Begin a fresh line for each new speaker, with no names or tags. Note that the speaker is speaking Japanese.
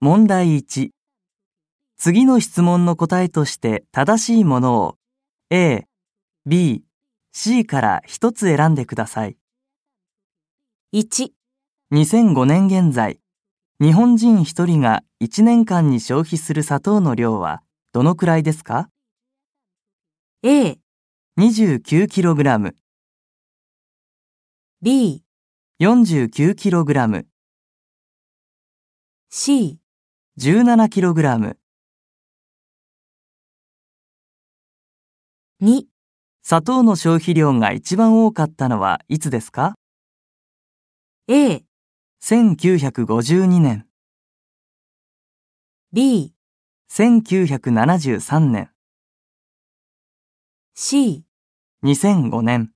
問題1。次の質問の答えとして正しいものを A、B、C から一つ選んでください。
1、
2005年現在、日本人1人が1年間に消費する砂糖の量はどのくらいですか
A、
?29kg、
B、
49kg、
C、
17kg。
2、
砂糖の消費量が一番多かったのはいつですか
A、
?1952 年、
B、
1973年、
C。
2005年。